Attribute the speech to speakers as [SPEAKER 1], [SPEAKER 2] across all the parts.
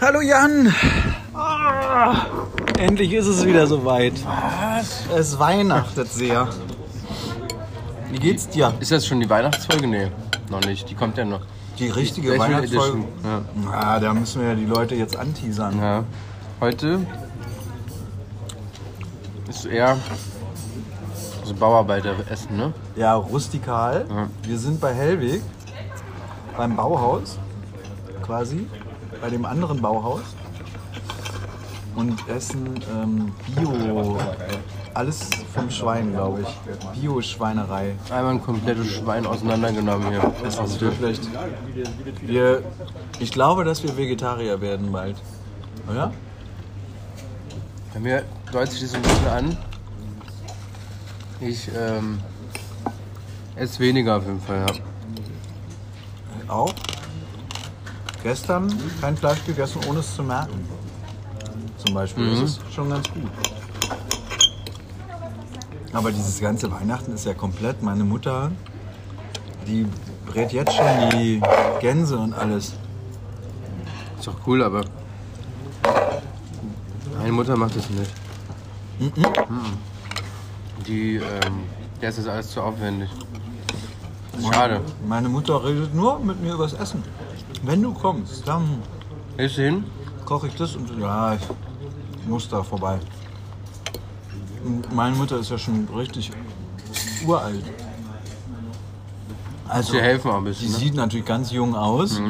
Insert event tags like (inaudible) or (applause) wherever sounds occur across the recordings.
[SPEAKER 1] Hallo Jan! Ah, endlich ist es wieder soweit. Es weihnachtet sehr. Wie geht's dir?
[SPEAKER 2] Ist das schon die Weihnachtsfolge? Nee, noch nicht. Die kommt ja noch.
[SPEAKER 1] Die richtige
[SPEAKER 2] Special
[SPEAKER 1] Weihnachtsfolge.
[SPEAKER 2] Edition, ja.
[SPEAKER 1] Ah, da müssen wir ja die Leute jetzt anteasern.
[SPEAKER 2] Ja. Heute ist eher so Bauarbeiteressen, ne?
[SPEAKER 1] Ja, rustikal. Wir sind bei Hellweg, beim Bauhaus, quasi, bei dem anderen Bauhaus. Und essen ähm, Bio, alles vom Schwein, glaube ich. Bio-Schweinerei.
[SPEAKER 2] Einmal ein komplettes Schwein auseinandergenommen hier.
[SPEAKER 1] Das
[SPEAKER 2] Auf
[SPEAKER 1] ist
[SPEAKER 2] dem Tisch.
[SPEAKER 1] schlecht. Also, Wir, ich glaube, dass wir Vegetarier werden bald. Oder?
[SPEAKER 2] Bei mir deutet sich das ein bisschen an. Ich ähm, esse weniger auf jeden Fall. Ja.
[SPEAKER 1] Auch. Gestern kein Fleisch gegessen, ohne es zu merken. Zum Beispiel. Das ist schon ganz gut. Aber dieses ganze Weihnachten ist ja komplett. Meine Mutter, die brät jetzt schon die Gänse und alles.
[SPEAKER 2] Ist doch cool, aber meine Mutter macht das nicht. Mhm. Die, ähm, der ist das alles zu aufwendig. Schade.
[SPEAKER 1] Meine Mutter redet nur mit mir übers Essen. Wenn du kommst, dann
[SPEAKER 2] Ist sie hin?
[SPEAKER 1] koche ich das und ja, ich muss da vorbei. Und Meine Mutter ist ja schon richtig uralt. Also,
[SPEAKER 2] Sie helfen auch ein
[SPEAKER 1] die
[SPEAKER 2] bisschen. Ne?
[SPEAKER 1] sieht natürlich ganz jung aus.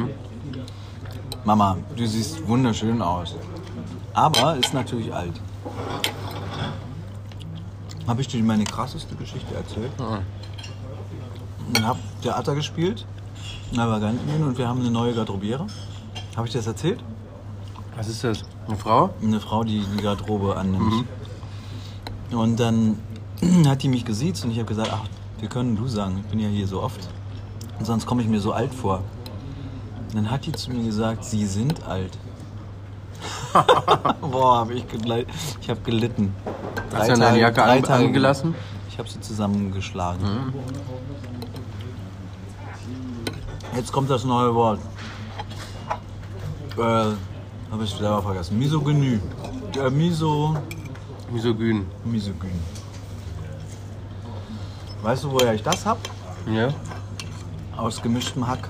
[SPEAKER 1] Mama, du siehst wunderschön aus. Aber ist natürlich alt. Habe ich dir meine krasseste Geschichte erzählt?
[SPEAKER 2] Mhm.
[SPEAKER 1] Und habe Theater gespielt. Na, war ganz und wir haben eine neue Garderobiere. Habe ich dir das erzählt?
[SPEAKER 2] ne? Was ist das? Eine Frau?
[SPEAKER 1] eine Frau, die die Garderobe annimmt. Und dann (clears throat) hat die mich gesiezt und ich habe gesagt, ach, wir können du sagen, ich bin ja hier so oft. Und sonst komme ich mir so alt vor. Und dann hat die zu mir gesagt, sie sind alt. (laughs) Boah, habe ich, gele- ich habe gelitten. Drei
[SPEAKER 2] Hast du dann deine
[SPEAKER 1] Tage-
[SPEAKER 2] Jacke
[SPEAKER 1] drei
[SPEAKER 2] an,
[SPEAKER 1] Tage.
[SPEAKER 2] angelassen? Mhm.
[SPEAKER 1] Ich habe sie zusammengeschlagen. Jetzt kommt das neue Wort. Äh, habe ich selber vergessen. Misogynie. Äh, miso.
[SPEAKER 2] Misogyn.
[SPEAKER 1] Misogyn. Weißt du, woher ich das hab?
[SPEAKER 2] Ja?
[SPEAKER 1] Aus gemischtem Hack.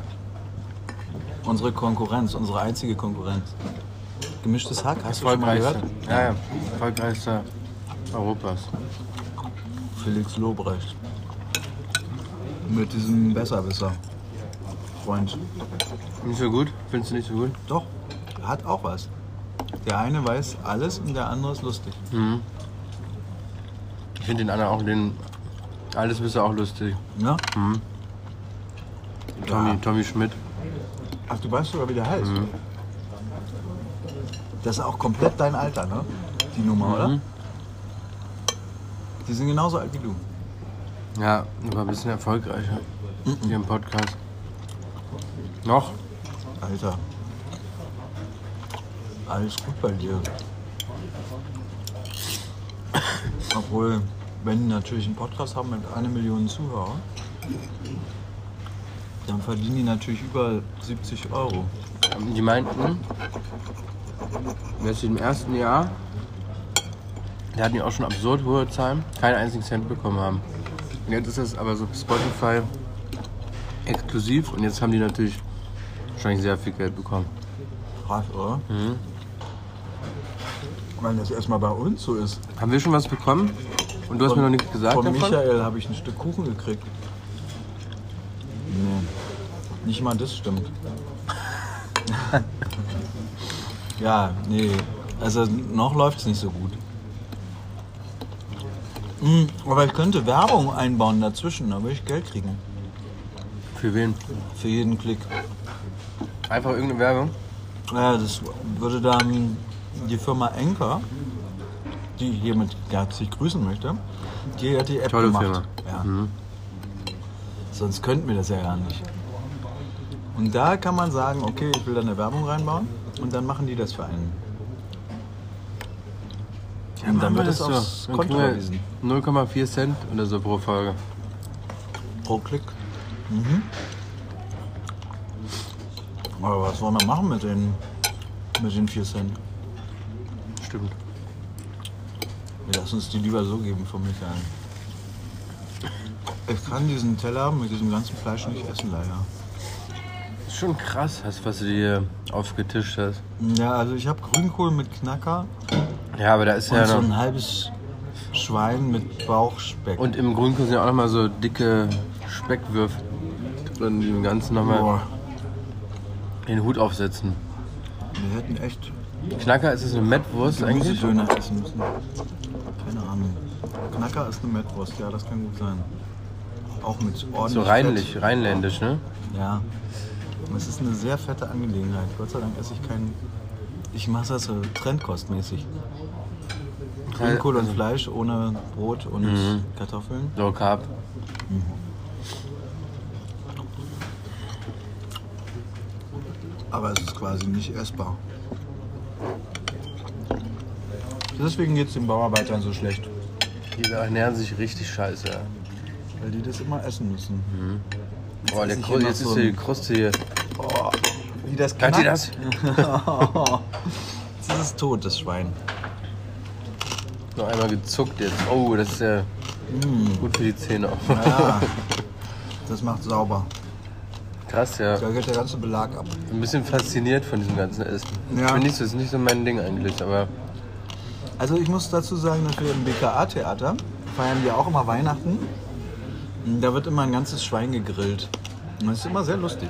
[SPEAKER 1] Unsere Konkurrenz, unsere einzige Konkurrenz. Gemischtes Hack, hast du schon mal
[SPEAKER 2] Erfolgreichster.
[SPEAKER 1] gehört?
[SPEAKER 2] Ja, ja. Erfolgreichster Europas.
[SPEAKER 1] Felix Lobrecht. Mit diesem Besserwisser. Freund.
[SPEAKER 2] Nicht so gut? Findest du nicht so gut?
[SPEAKER 1] Doch, hat auch was. Der eine weiß alles und der andere ist lustig.
[SPEAKER 2] Ich finde den anderen auch, den. Alles bist du auch lustig.
[SPEAKER 1] Ne?
[SPEAKER 2] Tommy, Tommy Schmidt.
[SPEAKER 1] Ach, du weißt sogar, wie der heißt. Das ist auch komplett dein Alter, ne? Die Nummer, oder? Die sind genauso alt wie du.
[SPEAKER 2] Ja, aber ein bisschen erfolgreicher. Hier im Podcast. Noch?
[SPEAKER 1] Alter. Alles gut bei dir. Obwohl, wenn die natürlich einen Podcast haben mit einer Million Zuhörer, dann verdienen die natürlich über 70 Euro.
[SPEAKER 2] Die hm? meinten, dass sie im ersten Jahr, da hatten die auch schon absurd hohe Zahlen, keinen einzigen Cent bekommen haben. Und jetzt ist das aber so Spotify exklusiv und jetzt haben die natürlich wahrscheinlich sehr viel Geld bekommen.
[SPEAKER 1] Krass, oder? Weil das erstmal bei uns so ist.
[SPEAKER 2] Haben wir schon was bekommen? Und du hast mir noch nichts gesagt
[SPEAKER 1] Von
[SPEAKER 2] davon?
[SPEAKER 1] Michael habe ich ein Stück Kuchen gekriegt. Nee. Nicht mal das stimmt. ja, nee. Also noch läuft es nicht so gut. Hm, aber ich könnte Werbung einbauen dazwischen, da würde ich Geld kriegen.
[SPEAKER 2] Für wen?
[SPEAKER 1] Für jeden Klick.
[SPEAKER 2] Einfach irgendeine Werbung?
[SPEAKER 1] Ja, das würde dann die Firma Enker, die ich hiermit herzlich grüßen möchte, die hat die App
[SPEAKER 2] Tolle
[SPEAKER 1] gemacht.
[SPEAKER 2] Firma.
[SPEAKER 1] Ja.
[SPEAKER 2] Mhm.
[SPEAKER 1] Sonst könnten wir das ja gar nicht. Und da kann man sagen, okay, ich will da eine Werbung reinbauen und dann machen die das für einen. und dann wird es aufs
[SPEAKER 2] Dann
[SPEAKER 1] Konto
[SPEAKER 2] kriegen
[SPEAKER 1] verwiesen.
[SPEAKER 2] wir 0,4 Cent oder so pro Folge.
[SPEAKER 1] Pro Klick. Mhm. Aber was wollen wir machen mit den Mit den 4 Cent.
[SPEAKER 2] Stimmt.
[SPEAKER 1] Lass uns die lieber so geben von mich an. Ich kann diesen Teller mit diesem ganzen Fleisch nicht essen, leider.
[SPEAKER 2] Ist schon krass, hast, was du dir aufgetischt hast.
[SPEAKER 1] Ja, also ich habe Grünkohl mit Knacker
[SPEAKER 2] Ja, aber da ist ja genau.
[SPEAKER 1] und so
[SPEAKER 2] noch.
[SPEAKER 1] ein halbes Schwein mit Bauchspeck.
[SPEAKER 2] Und im Grünkohl sind ja auch nochmal so dicke Speckwürfel. Und dem Ganzen nochmal
[SPEAKER 1] Boah,
[SPEAKER 2] den Hut aufsetzen.
[SPEAKER 1] wir hätten echt
[SPEAKER 2] Knacker ist es eine Mettwurst eigentlich.
[SPEAKER 1] Gemüsedöner essen müssen. Keine Ahnung. Knacker ist eine Mettwurst, ja, das kann gut sein. Auch mit ordentlich
[SPEAKER 2] So
[SPEAKER 1] Fett.
[SPEAKER 2] rheinlich, rheinländisch, ne?
[SPEAKER 1] Ja. Und Es ist eine sehr fette Angelegenheit. Gott sei Dank esse ich keinen. Ich mache das so trendkostmäßig. Grünkohl
[SPEAKER 2] also
[SPEAKER 1] und Fleisch ohne Brot und
[SPEAKER 2] Mhm.
[SPEAKER 1] Kartoffeln.
[SPEAKER 2] Low Carb.
[SPEAKER 1] Aber es ist quasi nicht essbar. Deswegen geht es den Bauarbeitern so schlecht,
[SPEAKER 2] Die ernähren sich richtig scheiße.
[SPEAKER 1] weil die das immer essen müssen.
[SPEAKER 2] Mhm. Boah,
[SPEAKER 1] ist
[SPEAKER 2] der
[SPEAKER 1] nicht
[SPEAKER 2] Kru-
[SPEAKER 1] immer
[SPEAKER 2] jetzt
[SPEAKER 1] so
[SPEAKER 2] ist hier
[SPEAKER 1] ein-
[SPEAKER 2] die Kruste hier.
[SPEAKER 1] Oh, wie das
[SPEAKER 2] Hat
[SPEAKER 1] knackt.
[SPEAKER 2] die das?
[SPEAKER 1] Das ist tot, das Schwein.
[SPEAKER 2] Noch einmal gezuckt jetzt. Oh, das ist ja gut für die Zähne auch.
[SPEAKER 1] Ja, das macht sauber.
[SPEAKER 2] (laughs) Krass, ja.
[SPEAKER 1] Da geht der ganze Belag ab.
[SPEAKER 2] Ein bisschen fasziniert von diesem ganzen Essen.
[SPEAKER 1] Ja.
[SPEAKER 2] Ich bin nicht so, ist nicht so mein Ding eigentlich, aber
[SPEAKER 1] Also ich muss dazu sagen, dass wir im BKA-Theater feiern wir auch immer Weihnachten. Und Da wird immer ein ganzes Schwein gegrillt. Und das ist immer sehr lustig.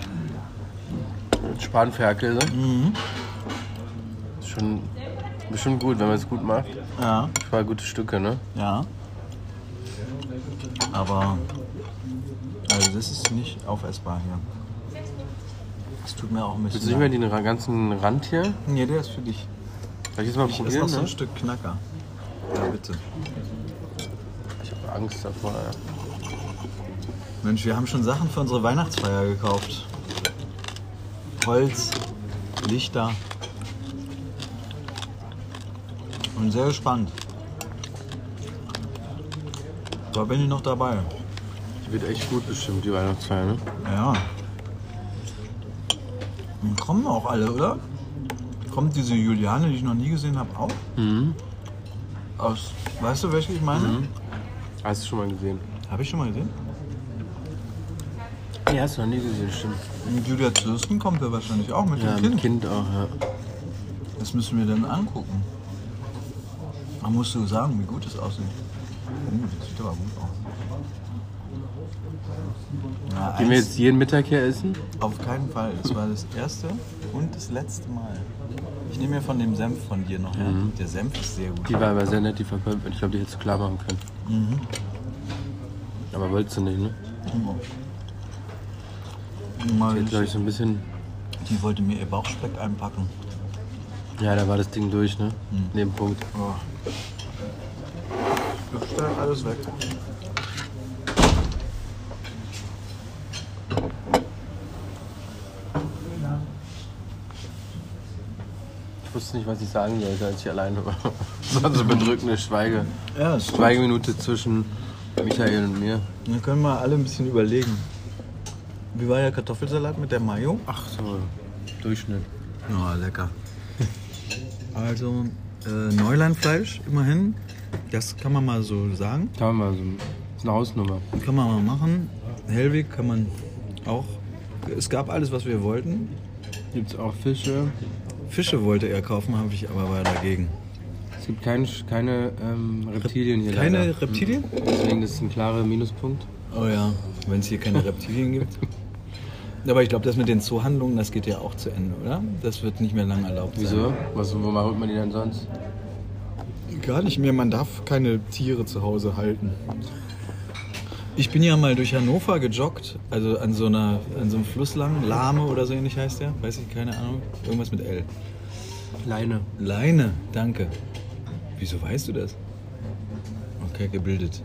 [SPEAKER 2] Spanferkel, so. Mhm. Ist schon bestimmt gut, wenn man es gut macht.
[SPEAKER 1] Ja,
[SPEAKER 2] Zwei gute Stücke, ne?
[SPEAKER 1] ja. Aber also das ist nicht aufessbar hier. Das tut mir auch ein
[SPEAKER 2] Willst du nicht mehr
[SPEAKER 1] bisschen leid.
[SPEAKER 2] den ra- ganzen Rand hier? Soll
[SPEAKER 1] Nee, der ist für dich.
[SPEAKER 2] ich jetzt mal
[SPEAKER 1] Ich esse
[SPEAKER 2] probieren?
[SPEAKER 1] noch so ein
[SPEAKER 2] ne?
[SPEAKER 1] Stück Knacker. Ja, bitte.
[SPEAKER 2] Ich habe Angst davor. Ja.
[SPEAKER 1] Mensch, wir haben schon Sachen für unsere Weihnachtsfeier gekauft. Holz, Lichter. Bin sehr gespannt. Da bin ich noch dabei.
[SPEAKER 2] Die wird echt gut bestimmt, die Weihnachtsfeier, ne?
[SPEAKER 1] Ja. Dann kommen auch alle, oder? Kommt diese Juliane, die ich noch nie gesehen habe, auch? Aus, weißt du, welche ich meine?
[SPEAKER 2] Hast du schon mal gesehen?
[SPEAKER 1] Habe ich schon mal gesehen?
[SPEAKER 2] Nee, hast du noch nie gesehen, stimmt.
[SPEAKER 1] Und Julia Zürsten kommt ja wahrscheinlich auch mit
[SPEAKER 2] Ja,
[SPEAKER 1] dem
[SPEAKER 2] mit
[SPEAKER 1] Kind.
[SPEAKER 2] Kind auch, ja.
[SPEAKER 1] Das müssen wir dann angucken. Man muss so sagen, wie gut es aussieht. Uh, das sieht aber gut aus. Na,
[SPEAKER 2] Gehen wir
[SPEAKER 1] eins,
[SPEAKER 2] jetzt jeden Mittag hier essen?
[SPEAKER 1] auf keinen Fall. Das war das erste und das letzte Mal. Ich nehme mir von dem Senf von dir noch. her.
[SPEAKER 2] Mhm.
[SPEAKER 1] Der Senf ist sehr gut.
[SPEAKER 2] Die war aber sehr nett, die verpönt. Ich glaube, die hättest du klar machen können. Mhm. Aber wolltest du nicht, ne?
[SPEAKER 1] Mal,
[SPEAKER 2] Die hat, glaube ich, so ein bisschen.
[SPEAKER 1] die wollte mir ihr Bauchspeck einpacken.
[SPEAKER 2] Ja, da war das Ding durch, ne? Neben Punkt.
[SPEAKER 1] Oh. Ich stelle alles weg.
[SPEAKER 2] Ich wusste nicht, was ich sagen sollte, als ich alleine war. (laughs) Das war so bedrückende Schweige.
[SPEAKER 1] Ja, ist gut.
[SPEAKER 2] Schweigeminute zwischen Michael und mir.
[SPEAKER 1] Dann können wir alle ein bisschen überlegen. Wie war der Kartoffelsalat mit der Mayo?
[SPEAKER 2] Ach so, Durchschnitt.
[SPEAKER 1] Ja, Oh, lecker. Also äh, Neulandfleisch immerhin. Das kann man mal so sagen.
[SPEAKER 2] Da haben wir so. Das ist eine Hausnummer.
[SPEAKER 1] Kann man mal machen. Hellweg kann man auch. Es gab alles, was wir wollten.
[SPEAKER 2] Gibt's auch Fische.
[SPEAKER 1] Fische wollte er kaufen, habe ich aber war dagegen.
[SPEAKER 2] Es gibt kein, keine ähm, Reptilien hier
[SPEAKER 1] Keine
[SPEAKER 2] leider.
[SPEAKER 1] Reptilien?
[SPEAKER 2] Deswegen das ist ein klarer Minuspunkt.
[SPEAKER 1] Mhm. Oh ja, wenn es hier keine Reptilien gibt. (laughs) Aber ich glaube, das mit den Zoohandlungen, das geht ja auch zu Ende, oder? Das wird nicht mehr lang erlaubt sein.
[SPEAKER 2] Wieso? Was, wo holt man die denn sonst?
[SPEAKER 1] Gar nicht mehr, man darf keine Tiere zu Hause halten. Ich bin ja mal durch Hannover gejoggt, also an so, einer, an so einem Fluss lang, Lahme oder so ähnlich heißt der, weiß ich, keine Ahnung, irgendwas mit L.
[SPEAKER 2] Leine.
[SPEAKER 1] Leine, danke. Wieso weißt du das? Okay, gebildet.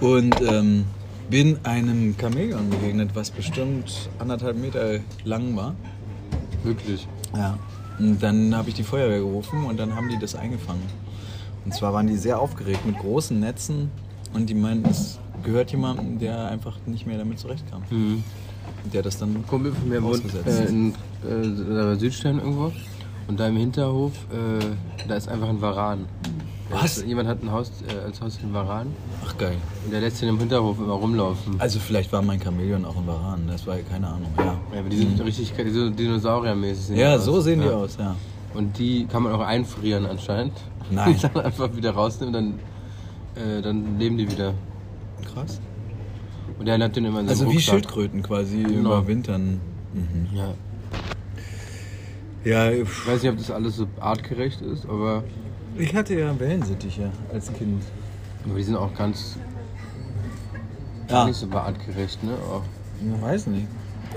[SPEAKER 1] Und ähm, bin einem Chamäleon begegnet, was bestimmt anderthalb Meter lang war.
[SPEAKER 2] Wirklich.
[SPEAKER 1] Ja. Und dann habe ich die Feuerwehr gerufen und dann haben die das eingefangen. Und zwar waren die sehr aufgeregt mit großen Netzen und die meinten, es gehört jemandem, der einfach nicht mehr damit zurechtkam. Der das dann.
[SPEAKER 2] Kumpel von mir wohnt
[SPEAKER 1] Ausgesetzt.
[SPEAKER 2] äh, in äh, Südstern irgendwo. Und da im Hinterhof, äh, da ist einfach ein Varan. Da
[SPEAKER 1] Was?
[SPEAKER 2] ist- Jemand hat ein Haus, äh, als Haus den Varan
[SPEAKER 1] Ach geil.
[SPEAKER 2] und der lässt ihn im Hinterhof immer rumlaufen.
[SPEAKER 1] Also vielleicht war mein Chamäleon auch ein Varan, das war keine Ahnung, ja.
[SPEAKER 2] Ja, aber die sind richtig die sind dinosauriermäßig. sehen
[SPEAKER 1] Ja,
[SPEAKER 2] die
[SPEAKER 1] so
[SPEAKER 2] aus.
[SPEAKER 1] sehen die
[SPEAKER 2] Mhm. Ja.
[SPEAKER 1] aus, ja.
[SPEAKER 2] Und die kann man auch einfrieren anscheinend.
[SPEAKER 1] Nein.
[SPEAKER 2] (laughs) Und dann einfach wieder rausnehmen, dann, äh, dann leben die wieder.
[SPEAKER 1] Krass.
[SPEAKER 2] Und der hat den immer in seinem
[SPEAKER 1] Also wie
[SPEAKER 2] Rucksack.
[SPEAKER 1] Schildkröten quasi überwintern. Mhm.
[SPEAKER 2] Ja.
[SPEAKER 1] Ja,
[SPEAKER 2] Ich weiß nicht, ob das alles so artgerecht ist, aber,
[SPEAKER 1] ich hatte ja Wellensittiche als Kind.
[SPEAKER 2] aber die sind auch ganz
[SPEAKER 1] Ja,
[SPEAKER 2] nicht so artgerecht, ne? Auch.
[SPEAKER 1] ich weiß nicht.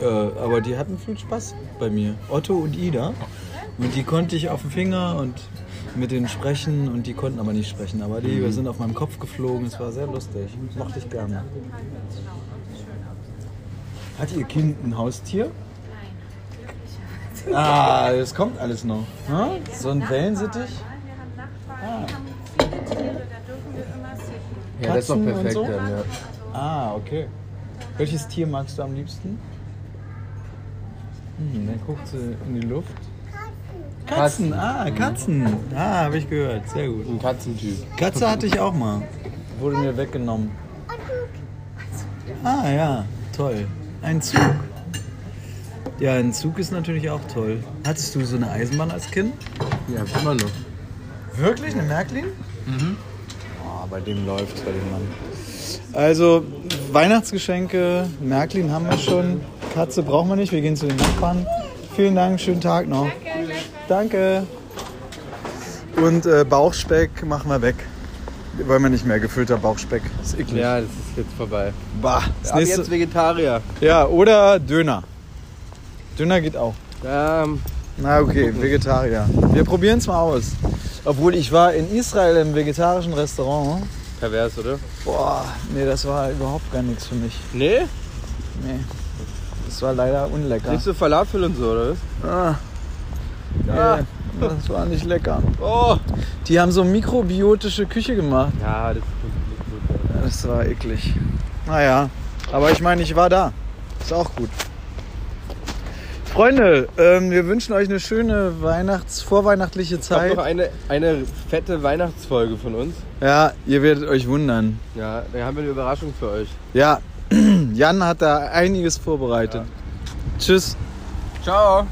[SPEAKER 1] Äh, aber die hatten viel Spaß bei mir. Otto und Ida. Und die konnte ich auf den Finger und mit denen sprechen und die konnten aber nicht sprechen. Aber die sind auf meinem Kopf geflogen. Es war sehr lustig. Mochte ich gerne. Hat ihr Kind ein Haustier? Ah, das kommt alles noch. Hm? So ein Wellensittich?
[SPEAKER 3] Wir haben Nachbarn, wir haben viele Tiere, da dürfen wir immer sitzen.
[SPEAKER 2] Ja, das ist doch
[SPEAKER 1] Katzen und
[SPEAKER 2] perfekt
[SPEAKER 1] so?
[SPEAKER 2] dann, ja.
[SPEAKER 1] Ah, okay. Welches Tier magst du am liebsten? Hm, dann guckt sie in die Luft. Katzen, ah, Katzen. Ah, habe ich gehört. Sehr gut.
[SPEAKER 2] Ein Katzentyp.
[SPEAKER 1] Katze hatte ich auch mal. Wurde mir weggenommen. Ah ja, toll. Ein Zug. Ja, ein Zug ist natürlich auch toll. Hattest du so eine Eisenbahn als Kind?
[SPEAKER 2] Ja, immer noch.
[SPEAKER 1] Wirklich? Eine Märklin? Mhm. Oh, bei dem läuft's, bei dem Mann. Also, Weihnachtsgeschenke, Märklin haben wir schon. Katze brauchen wir nicht, wir gehen zu den Nachbarn. Vielen Dank, schönen Tag noch. Danke. Und äh, Bauchspeck machen wir weg. Wollen wir nicht mehr, gefüllter Bauchspeck. Ist eklig.
[SPEAKER 2] Ja, das ist jetzt vorbei.
[SPEAKER 1] Bah, das
[SPEAKER 2] Ab
[SPEAKER 1] nächste,
[SPEAKER 2] jetzt Vegetarier.
[SPEAKER 1] ja, oder Döner. Döner geht auch.
[SPEAKER 2] Ähm,
[SPEAKER 1] Na okay, Vegetarier. Wir probieren es mal aus. Obwohl ich war in Israel im vegetarischen Restaurant.
[SPEAKER 2] pervers, oder?
[SPEAKER 1] Boah, nee, das war überhaupt gar nichts für mich.
[SPEAKER 2] Nee?
[SPEAKER 1] Nee. Das war leider unlecker.
[SPEAKER 2] Nicht so Falafel und so, oder? was?
[SPEAKER 1] Ah. Nee,
[SPEAKER 2] Ah.
[SPEAKER 1] das war nicht lecker.
[SPEAKER 2] Oh!
[SPEAKER 1] Die haben so mikrobiotische Küche gemacht.
[SPEAKER 2] Ja, das ist nicht gut.
[SPEAKER 1] Das war eklig. Naja, aber ich meine, ich war da. Ist auch gut. Freunde, ähm, wir wünschen euch eine schöne Weihnachts-, vorweihnachtliche
[SPEAKER 2] Kommt
[SPEAKER 1] Zeit.
[SPEAKER 2] noch eine, eine fette Weihnachtsfolge von uns.
[SPEAKER 1] Ja, ihr werdet euch wundern.
[SPEAKER 2] Ja, da haben wir eine Überraschung für euch.
[SPEAKER 1] (clears throat) Ja, Jan hat da einiges vorbereitet. Tschüss.
[SPEAKER 2] Ciao!